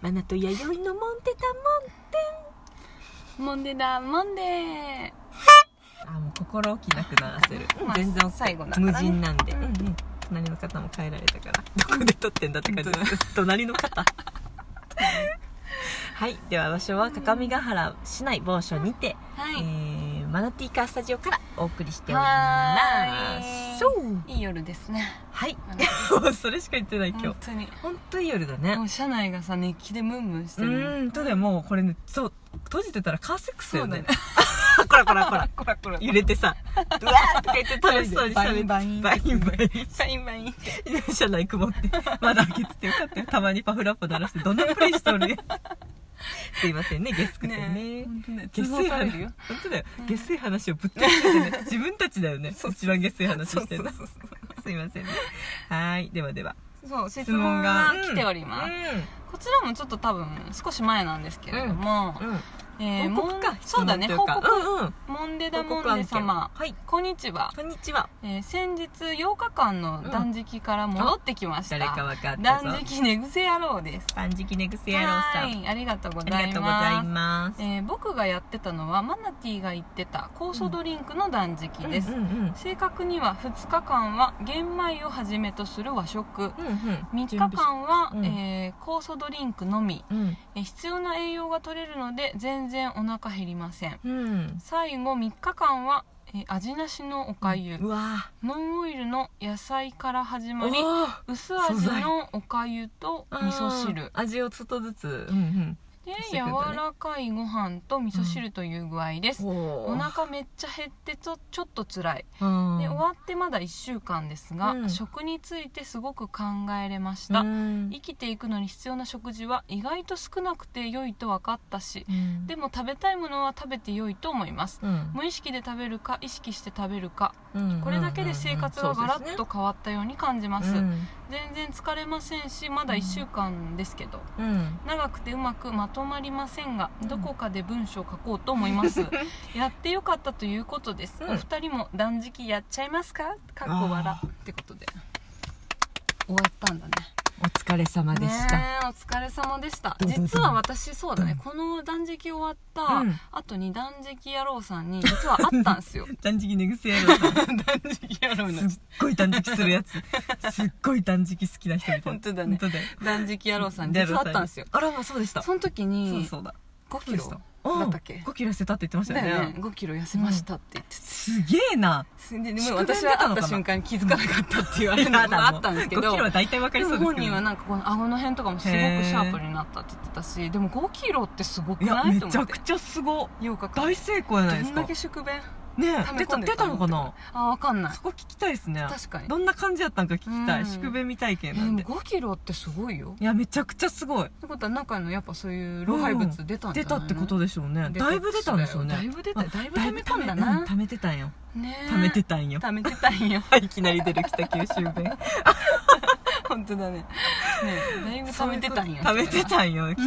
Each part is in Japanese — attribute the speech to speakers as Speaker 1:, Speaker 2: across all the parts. Speaker 1: マナと弥生のモンテタ
Speaker 2: モンデだモンデー
Speaker 3: あもう心置きなく流せる
Speaker 2: まあ
Speaker 3: 全然 OK
Speaker 2: 最後だからね
Speaker 3: 無人なんで、うんうん、隣の方も変えられたからどこで撮ってんだって感じです隣の方 はいでは場所は各務原市内某所にて、
Speaker 2: は
Speaker 3: え
Speaker 2: い、
Speaker 3: ーマナティーカースタジオからお送りしており
Speaker 2: は
Speaker 3: ま
Speaker 2: ーい
Speaker 3: すそう
Speaker 2: いい夜ですね
Speaker 3: はい
Speaker 2: あ
Speaker 3: それしか言ってない今日
Speaker 2: 本当に
Speaker 3: 本当に夜だね
Speaker 2: もう車内がさ熱気でムンムンして
Speaker 3: う
Speaker 2: る
Speaker 3: んとでもこれねそう閉じてたらカーセックスだよね
Speaker 2: こらこらこらこらこら
Speaker 3: 揺れてさ「うわ!」とか言って楽しそうにしゃべって
Speaker 2: バイン
Speaker 3: バインバイン
Speaker 2: バインバインって
Speaker 3: 車内曇って窓開けててよかったよたまにパフラッポ鳴らしてどんなプレイしとるやんすいませんねゲスくてね
Speaker 2: え本当ね
Speaker 3: 下
Speaker 2: 通報
Speaker 3: 水
Speaker 2: さ
Speaker 3: 話
Speaker 2: れる
Speaker 3: 本
Speaker 2: よ
Speaker 3: 当だよ下水話をぶっ飛ばして ね自分たちだよね一番下水話してるの
Speaker 2: そうそう
Speaker 3: すいませんねはいではでは
Speaker 2: そう質
Speaker 3: 質問
Speaker 2: 問が
Speaker 3: が
Speaker 2: 来ております、こちらもちょっと多分少し前なんですけれども、
Speaker 3: うん
Speaker 2: えー
Speaker 3: 報告
Speaker 2: も
Speaker 3: か
Speaker 2: んそうだね
Speaker 3: 質
Speaker 2: 報
Speaker 3: 問というか
Speaker 2: 告、
Speaker 3: うんうん
Speaker 2: モンデダ
Speaker 3: 報
Speaker 2: モ
Speaker 3: 告
Speaker 2: ン
Speaker 3: 案
Speaker 2: デ
Speaker 3: 件
Speaker 2: 様
Speaker 3: はい
Speaker 2: こんにちは、
Speaker 3: こんにちは
Speaker 2: えー先日8日間の断食から戻ってきました、
Speaker 3: 誰かわかったぞ
Speaker 2: 断食寝癖野郎です
Speaker 3: 断食ネクス野郎さ
Speaker 2: は
Speaker 3: ん
Speaker 2: いありがとうご
Speaker 3: ありが
Speaker 2: ざい
Speaker 3: とうござい
Speaker 2: ます
Speaker 3: ます
Speaker 2: えー僕がやってたのはマナティーが言ってた酵素ドリンクの断食です、
Speaker 3: うんうん
Speaker 2: 正確には2日間は玄米をはじめとする和
Speaker 3: う
Speaker 2: 食
Speaker 3: んうん
Speaker 2: 3日間は、
Speaker 3: うん
Speaker 2: えー酵素ドリンクのみ
Speaker 3: うん
Speaker 2: えー必要な栄養が取れるので全然お腹減りません
Speaker 3: うん
Speaker 2: 最後3日間は、えー味なしのおかゆ、
Speaker 3: うわ
Speaker 2: ノンオイルの野菜から始まり
Speaker 3: おー
Speaker 2: 薄味のおかゆと
Speaker 3: あー
Speaker 2: 味噌汁
Speaker 3: 味をちょっとずつうん
Speaker 2: で
Speaker 3: して
Speaker 2: 柔
Speaker 3: くんだね
Speaker 2: らかいご飯と味噌汁という具合です、
Speaker 3: うんお
Speaker 2: お腹めっちゃ減ってちょちょっと辛い、
Speaker 3: 腹
Speaker 2: で終わってまだ1週間ですが、
Speaker 3: うん
Speaker 2: 食についてすごく考えれました、
Speaker 3: うん
Speaker 2: 生きていくのに必要な食事は意外と少なくて良いと分かったし
Speaker 3: うん
Speaker 2: でも食べたいものは食べて良いと思います
Speaker 3: うん
Speaker 2: 無意識で食べるか意識して食べるか
Speaker 3: うん
Speaker 2: これだけで生活はガラッと変わったように感じます、
Speaker 3: うん
Speaker 2: 全然疲れませんしまだ1週間ですけど
Speaker 3: うん
Speaker 2: 長くてうまくまとまりませんがどこかで文章を書こうと思います やってよかったということです、
Speaker 3: うん
Speaker 2: お二人も断食やっちゃいますかかっこ笑ってことで終わったんだね
Speaker 3: お疲れ様でした
Speaker 2: ねえお疲れ様でした
Speaker 3: どうぞどうぞ
Speaker 2: 実は私そうだねこの断食終わった
Speaker 3: うん
Speaker 2: 後に断食野郎さんに実は会った んすよ
Speaker 3: 断食寝癖やろうさん
Speaker 2: 断食野郎
Speaker 3: すっごい断食するやつすっごい断食好きな人みたいな
Speaker 2: 本当だね
Speaker 3: 本当だよ
Speaker 2: 断食野郎さんに
Speaker 3: で
Speaker 2: 実は会ったんすよ
Speaker 3: あらまあそうでしたそ
Speaker 2: その時
Speaker 3: う
Speaker 2: に
Speaker 3: そうだ
Speaker 2: 5
Speaker 3: そう
Speaker 2: キ
Speaker 3: で
Speaker 2: ロ
Speaker 3: した
Speaker 2: だったっけ
Speaker 3: 5キロ痩せたって言ってました
Speaker 2: だよ
Speaker 3: よ
Speaker 2: ね
Speaker 3: ね
Speaker 2: 5キロ痩せましたって言ってて
Speaker 3: すげえな
Speaker 2: ででも
Speaker 3: 宿題
Speaker 2: 私は会
Speaker 3: 出た
Speaker 2: っ
Speaker 3: のか
Speaker 2: た
Speaker 3: な
Speaker 2: 瞬間に気づかなかっ たっていう あれのがあったんですけ
Speaker 3: 5
Speaker 2: ど
Speaker 3: キロは大体わか
Speaker 2: で
Speaker 3: りそ
Speaker 2: も
Speaker 3: うです
Speaker 2: 本
Speaker 3: けど
Speaker 2: 人はなんかこの顎の辺とかもすごくシャープになったって言ってたしでも5キロってすごく
Speaker 3: いや
Speaker 2: ない
Speaker 3: め
Speaker 2: と
Speaker 3: ち
Speaker 2: 思
Speaker 3: ゃ
Speaker 2: って
Speaker 3: くちゃすご
Speaker 2: 8日間
Speaker 3: 大成功じゃないです
Speaker 2: どんだ
Speaker 3: か
Speaker 2: け宿便
Speaker 3: ね
Speaker 2: 溜め
Speaker 3: 出
Speaker 2: 込
Speaker 3: た
Speaker 2: んでた
Speaker 3: 出たのかな
Speaker 2: あわかんない
Speaker 3: そこ聞きたいですね
Speaker 2: 確かに
Speaker 3: どんな感じやったんか聞きた
Speaker 2: うん
Speaker 3: い宿便みたい
Speaker 2: え
Speaker 3: 系
Speaker 2: で
Speaker 3: なん
Speaker 2: も
Speaker 3: で
Speaker 2: 5キロってすごいよ
Speaker 3: いやめちゃくちゃすごい
Speaker 2: ってことは中のやっぱそういう老廃物出たんじ
Speaker 3: 出
Speaker 2: ゃな
Speaker 3: た
Speaker 2: いの
Speaker 3: ってことでしょうね
Speaker 2: デトックス
Speaker 3: だいぶ出たんでしょうね
Speaker 2: だいぶ出た
Speaker 3: あ
Speaker 2: だいぶ溜めたんだな
Speaker 3: うん溜めてたんよ
Speaker 2: ねえ
Speaker 3: 溜めてたんよ
Speaker 2: 溜めてたんよ
Speaker 3: いきなり出る北九州 弁
Speaker 2: 本当だねねえだいぶ溜めてたんよ
Speaker 3: 溜めてたんよきっ
Speaker 2: き
Speaker 3: と
Speaker 2: っ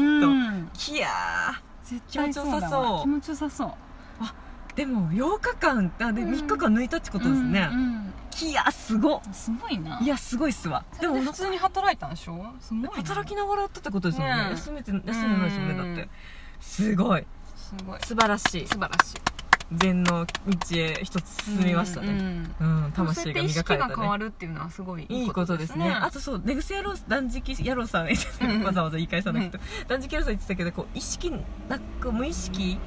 Speaker 3: きやー絶
Speaker 2: 気持
Speaker 3: 対
Speaker 2: ち
Speaker 3: 良
Speaker 2: よ
Speaker 3: さ
Speaker 2: さそう
Speaker 3: そう
Speaker 2: 持ちよさそう
Speaker 3: でも8日間あで
Speaker 2: うん
Speaker 3: 3日間抜いたってことですね
Speaker 2: うんうん
Speaker 3: きやすごっ
Speaker 2: すごいない
Speaker 3: やすごいっすわ
Speaker 2: で
Speaker 3: で
Speaker 2: も
Speaker 3: も
Speaker 2: 普通に働いたんでしょすごいな
Speaker 3: 働きながらやったってことですもんね
Speaker 2: ねえ
Speaker 3: 休めて休んでないですもんね
Speaker 2: うん
Speaker 3: だってすごい
Speaker 2: すごい
Speaker 3: 素晴らしい
Speaker 2: 素晴らし
Speaker 3: 禅の道へ一つ
Speaker 2: い
Speaker 3: 進みました
Speaker 2: うんう
Speaker 3: ね
Speaker 2: ん
Speaker 3: うん、
Speaker 2: そう
Speaker 3: 魂
Speaker 2: や
Speaker 3: が
Speaker 2: って意
Speaker 3: 磨か
Speaker 2: 識
Speaker 3: れた
Speaker 2: が変わ
Speaker 3: ね
Speaker 2: るっていうのはすごい
Speaker 3: いいことですねあとそう寝癖野郎断食野郎さん
Speaker 2: うん
Speaker 3: わざわざ言い返さなくて、断食野郎さん言ってたけどこう意識なく無意識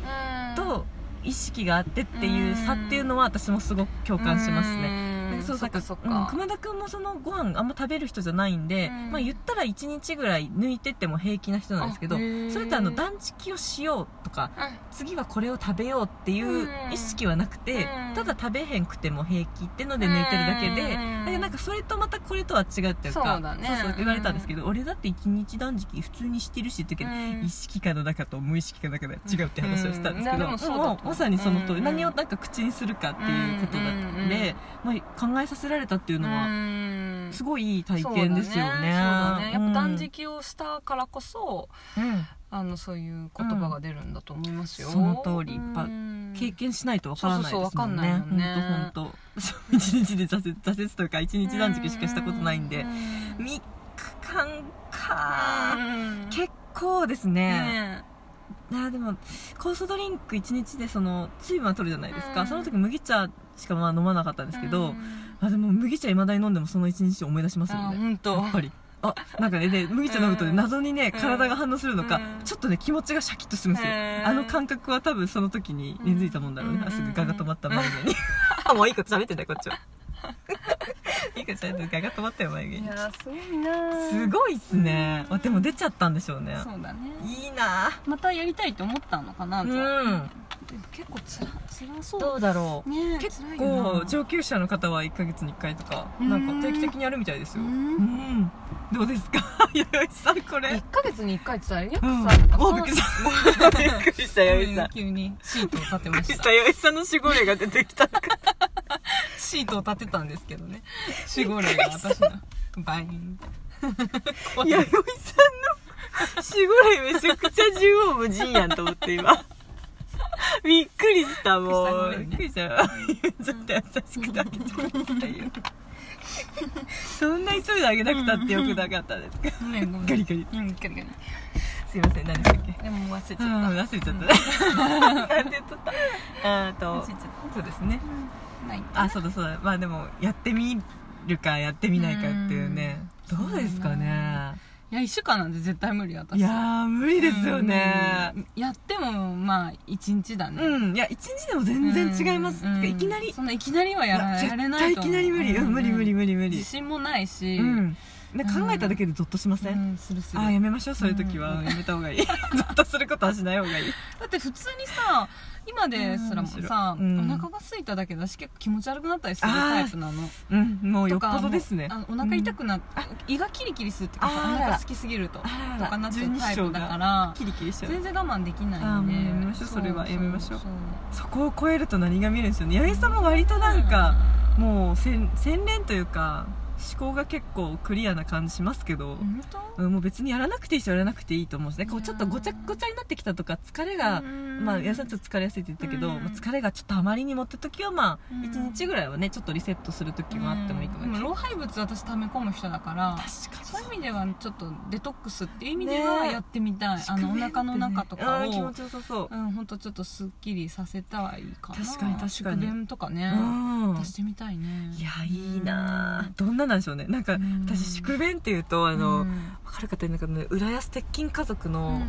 Speaker 3: と意識があってっていう差っていうのは私もすごく共感しますね
Speaker 2: ね
Speaker 3: なんか
Speaker 2: そうっ
Speaker 3: な
Speaker 2: か
Speaker 3: ん
Speaker 2: そっ
Speaker 3: うん
Speaker 2: か
Speaker 3: 熊田君もそのご飯あんま食べる人じゃないんで、
Speaker 2: うん
Speaker 3: まあ言ったら1日ぐらい抜いてっても平気な人なんですけど
Speaker 2: あへー
Speaker 3: それってあの断食をしようとか次はこれを食べようっていう
Speaker 2: うん
Speaker 3: 意識はなくて、
Speaker 2: うん
Speaker 3: ただ食べへんくても平気ってので抜いてるだけで、
Speaker 2: うん
Speaker 3: だからなんかそれとまたこれとは違うっていうか
Speaker 2: そうだね
Speaker 3: そう言われたんですけど、俺だって一日断食普通にしてるしって言うけど、
Speaker 2: うん
Speaker 3: 意識かの中と無意識かの中では違うって話をしたんですけ
Speaker 2: うんいやで
Speaker 3: ど、
Speaker 2: もそうだと思う
Speaker 3: もうまさにその通り、
Speaker 2: うん
Speaker 3: 何をなんか口にするかっていうことだったんで、まあ、考えさせられたっていうのは
Speaker 2: は
Speaker 3: すごいいい体験ですよね。
Speaker 2: そうだねやっぱ断
Speaker 3: うん
Speaker 2: 食をしたからこそ
Speaker 3: うん
Speaker 2: あのそういう言葉が出るんだと思いますよ
Speaker 3: うんその通りやっぱ
Speaker 2: うん
Speaker 3: 経験しないとわからないですもんね
Speaker 2: そうそうそうわかんないもんね
Speaker 3: 本当本当そう一日で挫折挫折というか一日断食しかしたことないんで
Speaker 2: う
Speaker 3: 3日間か
Speaker 2: うん
Speaker 3: 結構ですね、
Speaker 2: ね
Speaker 3: あーでも酵素ドリンク1日でその水分は取るじゃないですか、
Speaker 2: うん
Speaker 3: その時麦茶しかまあ飲まなかったんですけど、
Speaker 2: うん
Speaker 3: あでも麦茶いまだに飲んでもその1日を思い出しますよ
Speaker 2: あ
Speaker 3: ね
Speaker 2: 本当
Speaker 3: やっぱりあなんかねで麦茶飲むとね
Speaker 2: うん
Speaker 3: 謎にね
Speaker 2: うん
Speaker 3: 体が反応するのか、
Speaker 2: うん
Speaker 3: ちょっとね気持ちがシャキッとするんですよ、
Speaker 2: へー
Speaker 3: あの感覚は多分その時に根付いたもんだろうね、
Speaker 2: うん
Speaker 3: あすぐガが止まった眉 毛にもういいこと喋ってんだよこっちは いいこと喋ってるガが止まったよ眉毛
Speaker 2: い
Speaker 3: に
Speaker 2: やーすごいなー
Speaker 3: すごいっすね、
Speaker 2: うん
Speaker 3: あでも出ちゃったんでしょうね
Speaker 2: そうだね
Speaker 3: いいな
Speaker 2: またやりたいと思ったのかな
Speaker 3: う
Speaker 2: じゃあ
Speaker 3: ん
Speaker 2: でも結構つら辛そう
Speaker 3: どうだろう
Speaker 2: ねえ
Speaker 3: 結
Speaker 2: 辛いよ
Speaker 3: 構
Speaker 2: な
Speaker 3: 上級者の方は1ヶ月に1回とか
Speaker 2: うん
Speaker 3: なんか定期的にやるみたいですよ
Speaker 2: う
Speaker 3: うんんどうですか 弥生さんこれ
Speaker 2: 一ヶ月に一回ってさ約
Speaker 3: う
Speaker 2: さ、
Speaker 3: んおびっくりしたびっくりした弥生さん
Speaker 2: 急にシートを立てまし
Speaker 3: したた弥生さんの守護霊が出てき た
Speaker 2: シートを立てたんですけどね守護霊が私のバイン
Speaker 3: 弥生さんの守護霊めちゃくちゃ縦横無尽やんと思って 今びっくりしたもうび
Speaker 2: びっ
Speaker 3: っ
Speaker 2: く
Speaker 3: くりしたちょっと優しくてあげてくださいよ そんな急いであげなくたってよくなかったですか
Speaker 2: ごめんごめん
Speaker 3: ガリガリ
Speaker 2: うんガリガリ
Speaker 3: すいません何でしたっけ
Speaker 2: でももう忘れちゃっ
Speaker 3: う
Speaker 2: た、
Speaker 3: ん
Speaker 2: 忘れ
Speaker 3: 忘れちゃったねなんで撮った あーと
Speaker 2: ちゃっ
Speaker 3: そうですね
Speaker 2: たない
Speaker 3: あそうだそうだまあでもやってみるかやってみないかっていうねどうですかね
Speaker 2: いや一週間なんで絶対無理私
Speaker 3: いやー無理ですよね
Speaker 2: うんやってもまあ一日だね、
Speaker 3: うんいや一日でも全然違います、
Speaker 2: う
Speaker 3: て
Speaker 2: ん
Speaker 3: かいきなり
Speaker 2: そんないきなりはやら
Speaker 3: いや
Speaker 2: やれ
Speaker 3: 絶
Speaker 2: な
Speaker 3: 対
Speaker 2: い
Speaker 3: い
Speaker 2: と
Speaker 3: き
Speaker 2: 思う
Speaker 3: なり無理、うん無理無理無理無理
Speaker 2: 自信もないし、
Speaker 3: うんね考えただけでゾッとしません、
Speaker 2: うんするする
Speaker 3: あーやめましょうそういう時は、
Speaker 2: うん
Speaker 3: やめた方がいい ゾッとすることはしない方がいい
Speaker 2: だって普通にさ今ですらも
Speaker 3: うん
Speaker 2: さ、
Speaker 3: うん
Speaker 2: お腹が空いただけだし結構気持ち悪くなったりするタイプなの
Speaker 3: うんもうよ
Speaker 2: と
Speaker 3: っ
Speaker 2: か
Speaker 3: ぽどですね
Speaker 2: あのお腹痛くなっ、胃がキリキリするっていうかさ
Speaker 3: あー
Speaker 2: お腹が好きすぎるとと
Speaker 3: あら
Speaker 2: かなっちゃう
Speaker 3: 十二
Speaker 2: タイ
Speaker 3: 指
Speaker 2: プ
Speaker 3: 腸
Speaker 2: だ
Speaker 3: が
Speaker 2: から
Speaker 3: キリキリしちゃう
Speaker 2: 全然我慢できない
Speaker 3: あー
Speaker 2: んで
Speaker 3: もうやめましょうそれはやめましょう
Speaker 2: そ
Speaker 3: そこを超えると何が見えるんでしょうね弥生さんも割となんか、もう洗洗練というか思考が結構クリアな感じしますけど、
Speaker 2: うん本当
Speaker 3: うんもう別にやらなくていいしやらなくていいと思うんですねこ
Speaker 2: う
Speaker 3: うんちょっとごちゃごちゃになってきたとか疲れが、まあ、やさんちょっと疲れやすいって言ったけど、
Speaker 2: うん
Speaker 3: まあ疲れがちょっとあまりにもって時はまあ
Speaker 2: うん
Speaker 3: 1日ぐらいはねちょっとリセットする時もあってもいいと思い
Speaker 2: うん
Speaker 3: ま、
Speaker 2: ですも老廃物私溜め込む人だから
Speaker 3: 確かに
Speaker 2: そういう意味ではちょっとデトックスっていう意味では
Speaker 3: ねえ
Speaker 2: やってみたい、あのお腹の中と
Speaker 3: あ
Speaker 2: か
Speaker 3: ー
Speaker 2: を
Speaker 3: 気持ちよさそう
Speaker 2: う、ん、ほんとちょっとすっきりさせたいかな
Speaker 3: 確かに確かに
Speaker 2: 宿便とかね、
Speaker 3: うん
Speaker 2: 足してみたいね
Speaker 3: いやいいなーどんななんでしょうねなんか、
Speaker 2: うん
Speaker 3: 私宿便っていうとあ
Speaker 2: あ
Speaker 3: の、
Speaker 2: うん
Speaker 3: わかる方いるのかな浦安鉄筋家族
Speaker 2: う
Speaker 3: の,、
Speaker 2: ん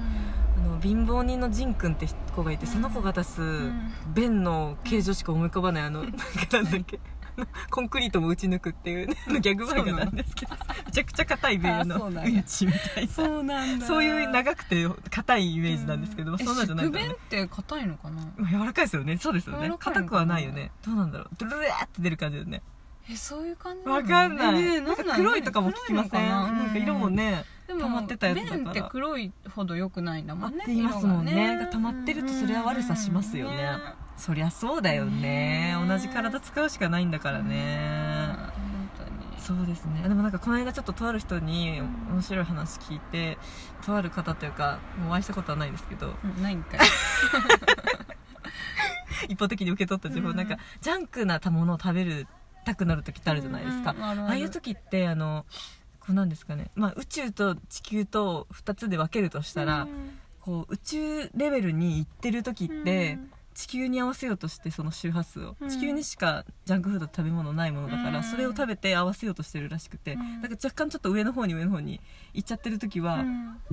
Speaker 3: あの貧乏人のジン君って子がいて、
Speaker 2: うん
Speaker 3: その子が出す、
Speaker 2: うん
Speaker 3: 便の形状しか思い浮かばないあのなんかなんだっけ あのコンクリートも打ち抜くっていう ねあのギャグ漫画なんですけどめちゃくちゃ硬い便
Speaker 2: あそ
Speaker 3: の
Speaker 2: う
Speaker 3: う
Speaker 2: なんや
Speaker 3: んちみたいな
Speaker 2: そうなんだ
Speaker 3: そういう長くて硬いイメージなんですけど、
Speaker 2: うん
Speaker 3: そんなんじゃないん
Speaker 2: え
Speaker 3: だよ
Speaker 2: 宿便
Speaker 3: ね
Speaker 2: って硬いのかな
Speaker 3: 柔らかいですよねそうですよ
Speaker 2: 柔
Speaker 3: ね
Speaker 2: らかいのかな
Speaker 3: 硬くはないよねどうなんだろうドゥルルーって出る感じだよね
Speaker 2: えそういう感じの
Speaker 3: わかんない、
Speaker 2: えねえ
Speaker 3: なん
Speaker 2: だ
Speaker 3: か
Speaker 2: ろうね
Speaker 3: 黒いとかも聞きません
Speaker 2: 黒いのか
Speaker 3: な
Speaker 2: なん
Speaker 3: か色もね
Speaker 2: でも
Speaker 3: 溜まってたやつだから
Speaker 2: 便って黒いほど良くないんだもんね
Speaker 3: あって言いますもんね
Speaker 2: 色が
Speaker 3: 溜まってるとそれは悪さしますよねそりゃそうだよね
Speaker 2: ね
Speaker 3: 同じ体使うしかないんだからね
Speaker 2: 本 当に
Speaker 3: そうですねでもなんかこの間ちょっととある人に
Speaker 2: うん
Speaker 3: 面白い話聞いてとある方というかもうお会いしたことはないんですけど
Speaker 2: うんないんかい
Speaker 3: 一方的に受け取った情報、
Speaker 2: うん
Speaker 3: なんかジャンクなものを食べるたくなる時ってあるじゃないですか、
Speaker 2: うんうんあるある
Speaker 3: ああいう時ってあのこうなんですかね、まあ、宇宙と地球と2つで分けるとしたら、こう宇宙レベルに行ってる時って、
Speaker 2: うん
Speaker 3: 地球に合わせようとしてその周波数を、
Speaker 2: うん
Speaker 3: 地球にしかジャンクフード食べ物ないものだから、
Speaker 2: うん
Speaker 3: それを食べて合わせようとしてるらしくて、
Speaker 2: うん
Speaker 3: なんか若干ちょっと上の方に上の方に行っちゃってる時は、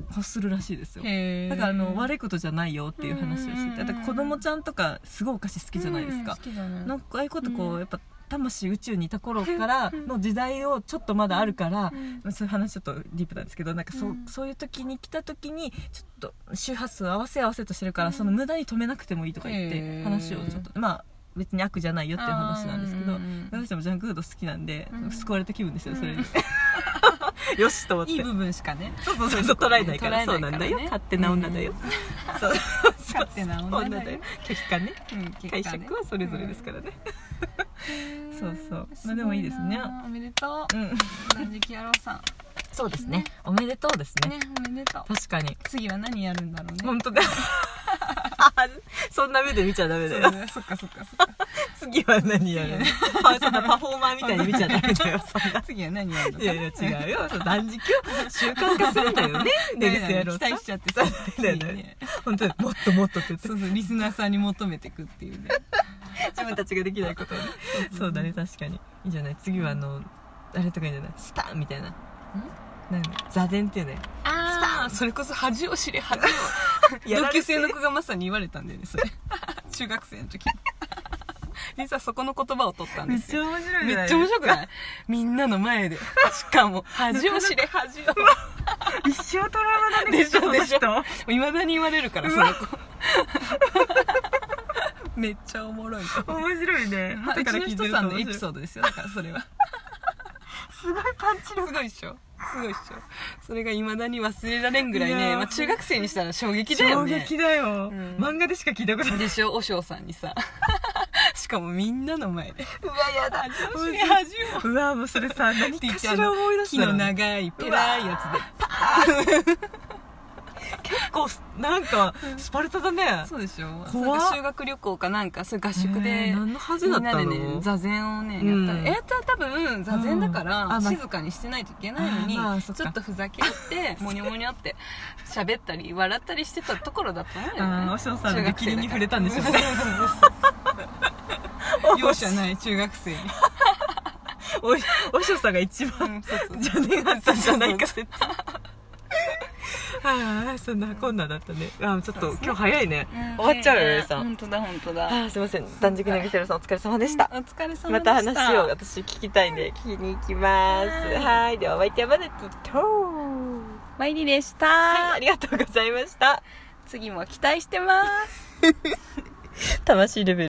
Speaker 3: 欲するらしいですよ
Speaker 2: へー
Speaker 3: だからあの悪いことじゃないよっていう話をしてて、
Speaker 2: うんうんうん
Speaker 3: だから子供ちゃんとかすごいお菓子好きじゃないです
Speaker 2: うん
Speaker 3: か
Speaker 2: 好、きだね
Speaker 3: なんかああいうことこう、
Speaker 2: うん
Speaker 3: やっぱ魂宇宙にいた頃からの時代をちょっとまだあるから、まあそういう話ちょっとディープなんですけどなんかそう,、
Speaker 2: うん
Speaker 3: そういう時に来た時にちょっと周波数を合わせ合わせとしてるから、
Speaker 2: うん
Speaker 3: その無駄に止めなくてもいいとか言っ
Speaker 2: へー
Speaker 3: て話をちょっとまあ別に悪じゃないよっていう話なんですけど、
Speaker 2: あーうんうんうん
Speaker 3: 私もジャンクフード好きなんで、
Speaker 2: うん
Speaker 3: 救われた気分ですよそれに、
Speaker 2: う
Speaker 3: よしと思って
Speaker 2: いい部分しかね
Speaker 3: そうそうそうそう捉えないから
Speaker 2: 捉
Speaker 3: そ
Speaker 2: え
Speaker 3: う
Speaker 2: ない
Speaker 3: な
Speaker 2: からね
Speaker 3: んだよ勝手な女だよ、 そう
Speaker 2: 勝手な女だよ
Speaker 3: 女だよ結果ね
Speaker 2: うん結果ね
Speaker 3: 解釈はそれぞれですからね、
Speaker 2: うん
Speaker 3: そうそう
Speaker 2: ごな
Speaker 3: まあでもいいですね
Speaker 2: おめでとう
Speaker 3: うん
Speaker 2: 断食野郎さん
Speaker 3: そうです
Speaker 2: ね
Speaker 3: おめでとうです
Speaker 2: ねおめでとう
Speaker 3: 確かに
Speaker 2: 次は何やるんだろうね
Speaker 3: 本当だ そんな目で見ちゃダメだよ。
Speaker 2: そっかそっかそっか
Speaker 3: 次は何やるのあ そんなパフォーマーみたいに見ちゃダメだよ。 そんな
Speaker 2: 次は何やるの
Speaker 3: いやいや違うよ。その断食を習慣化するんだ よね。
Speaker 2: ダ
Speaker 3: デ
Speaker 2: メ
Speaker 3: リス
Speaker 2: だ
Speaker 3: 野
Speaker 2: ね
Speaker 3: 郎
Speaker 2: 期
Speaker 3: さん
Speaker 2: 待しちゃってさ
Speaker 3: そうだよ ね本当にもっともっとって言って
Speaker 2: そうそうリスナーさんに求めてくっていうね
Speaker 3: 自分たちができないことをね。そうだね確かにいいじゃない。次はあのあれとかいいんじゃない。スターみたいな。なんか座禅っていうね。
Speaker 2: スターそれこそ恥を知れ恥を
Speaker 3: やら
Speaker 2: 同
Speaker 3: れて
Speaker 2: 級生の子がまさに言われたんだよね それ中学生の時実はそこの言葉を取ったんですよ
Speaker 3: ゃ面白
Speaker 2: め
Speaker 3: め
Speaker 2: っ
Speaker 3: っ
Speaker 2: ち
Speaker 3: ち
Speaker 2: ゃ
Speaker 3: ゃ
Speaker 2: 面
Speaker 3: 面
Speaker 2: 白くないみんなの前でしかも恥を知れ 恥を
Speaker 3: 白い。一生トラウマだ
Speaker 2: でしょでしょ
Speaker 3: その人
Speaker 2: いまだに言われるからその子 めっちゃおもろいと
Speaker 3: 面白いね
Speaker 2: まあ、うちの人さんのエピ
Speaker 3: ー
Speaker 2: ソードですよだからそれはすごいパンチ力すごいっしょすごいっしょそれがいまだに忘れられんぐらい
Speaker 3: い
Speaker 2: ね
Speaker 3: やー
Speaker 2: まあ、中学生にしたら衝撃だよ
Speaker 3: 衝
Speaker 2: ね
Speaker 3: 撃だよ、
Speaker 2: ん
Speaker 3: 漫画でしか聞いたことない
Speaker 2: でしょ和尚さんにさ しかもみんなの前で
Speaker 3: うわやだ
Speaker 2: 恥を恥を
Speaker 3: うわもうそれさ何かし
Speaker 2: あ
Speaker 3: ら
Speaker 2: の
Speaker 3: 思い出し
Speaker 2: 木
Speaker 3: たら
Speaker 2: の長いペラーいやつで
Speaker 3: 結構すなんかスパルタだね
Speaker 2: そうでしょ
Speaker 3: 怖っ
Speaker 2: なんか修学旅行かなんかそういう合宿で、
Speaker 3: えー何のはず
Speaker 2: みん
Speaker 3: だった
Speaker 2: な
Speaker 3: の
Speaker 2: でね座禅をねやった
Speaker 3: うん
Speaker 2: えやつは多分座禅だか
Speaker 3: うん
Speaker 2: ら
Speaker 3: あまあ
Speaker 2: 静かにしてないといけないのに、
Speaker 3: あまあそっか
Speaker 2: ちょっとふざけ てもにょもにょって喋ったり笑ったりしてたところだと思うよね
Speaker 3: あー和尚さんの
Speaker 2: 中学生だから
Speaker 3: 見切りに触れたんでしょ
Speaker 2: そうそうそうそう容赦ない中学生に、
Speaker 3: おいおしょさんが一番
Speaker 2: うんそうそう
Speaker 3: 邪念あったんじゃないか説ああそんなこんなだったねあーちょっと今日早いね、
Speaker 2: ん
Speaker 3: 終わっちゃうよねさん
Speaker 2: 本当だ本当だ
Speaker 3: あーすいません断食なぎせろさんお疲れ様でした、
Speaker 2: お疲れ様でした
Speaker 3: また話を私聞きたいんで聞きに行きます
Speaker 2: はーい
Speaker 3: はいではお相手はマナティと
Speaker 2: マイリでした、
Speaker 3: はいありがとうございました
Speaker 2: 次も期待してます
Speaker 3: 魂レベル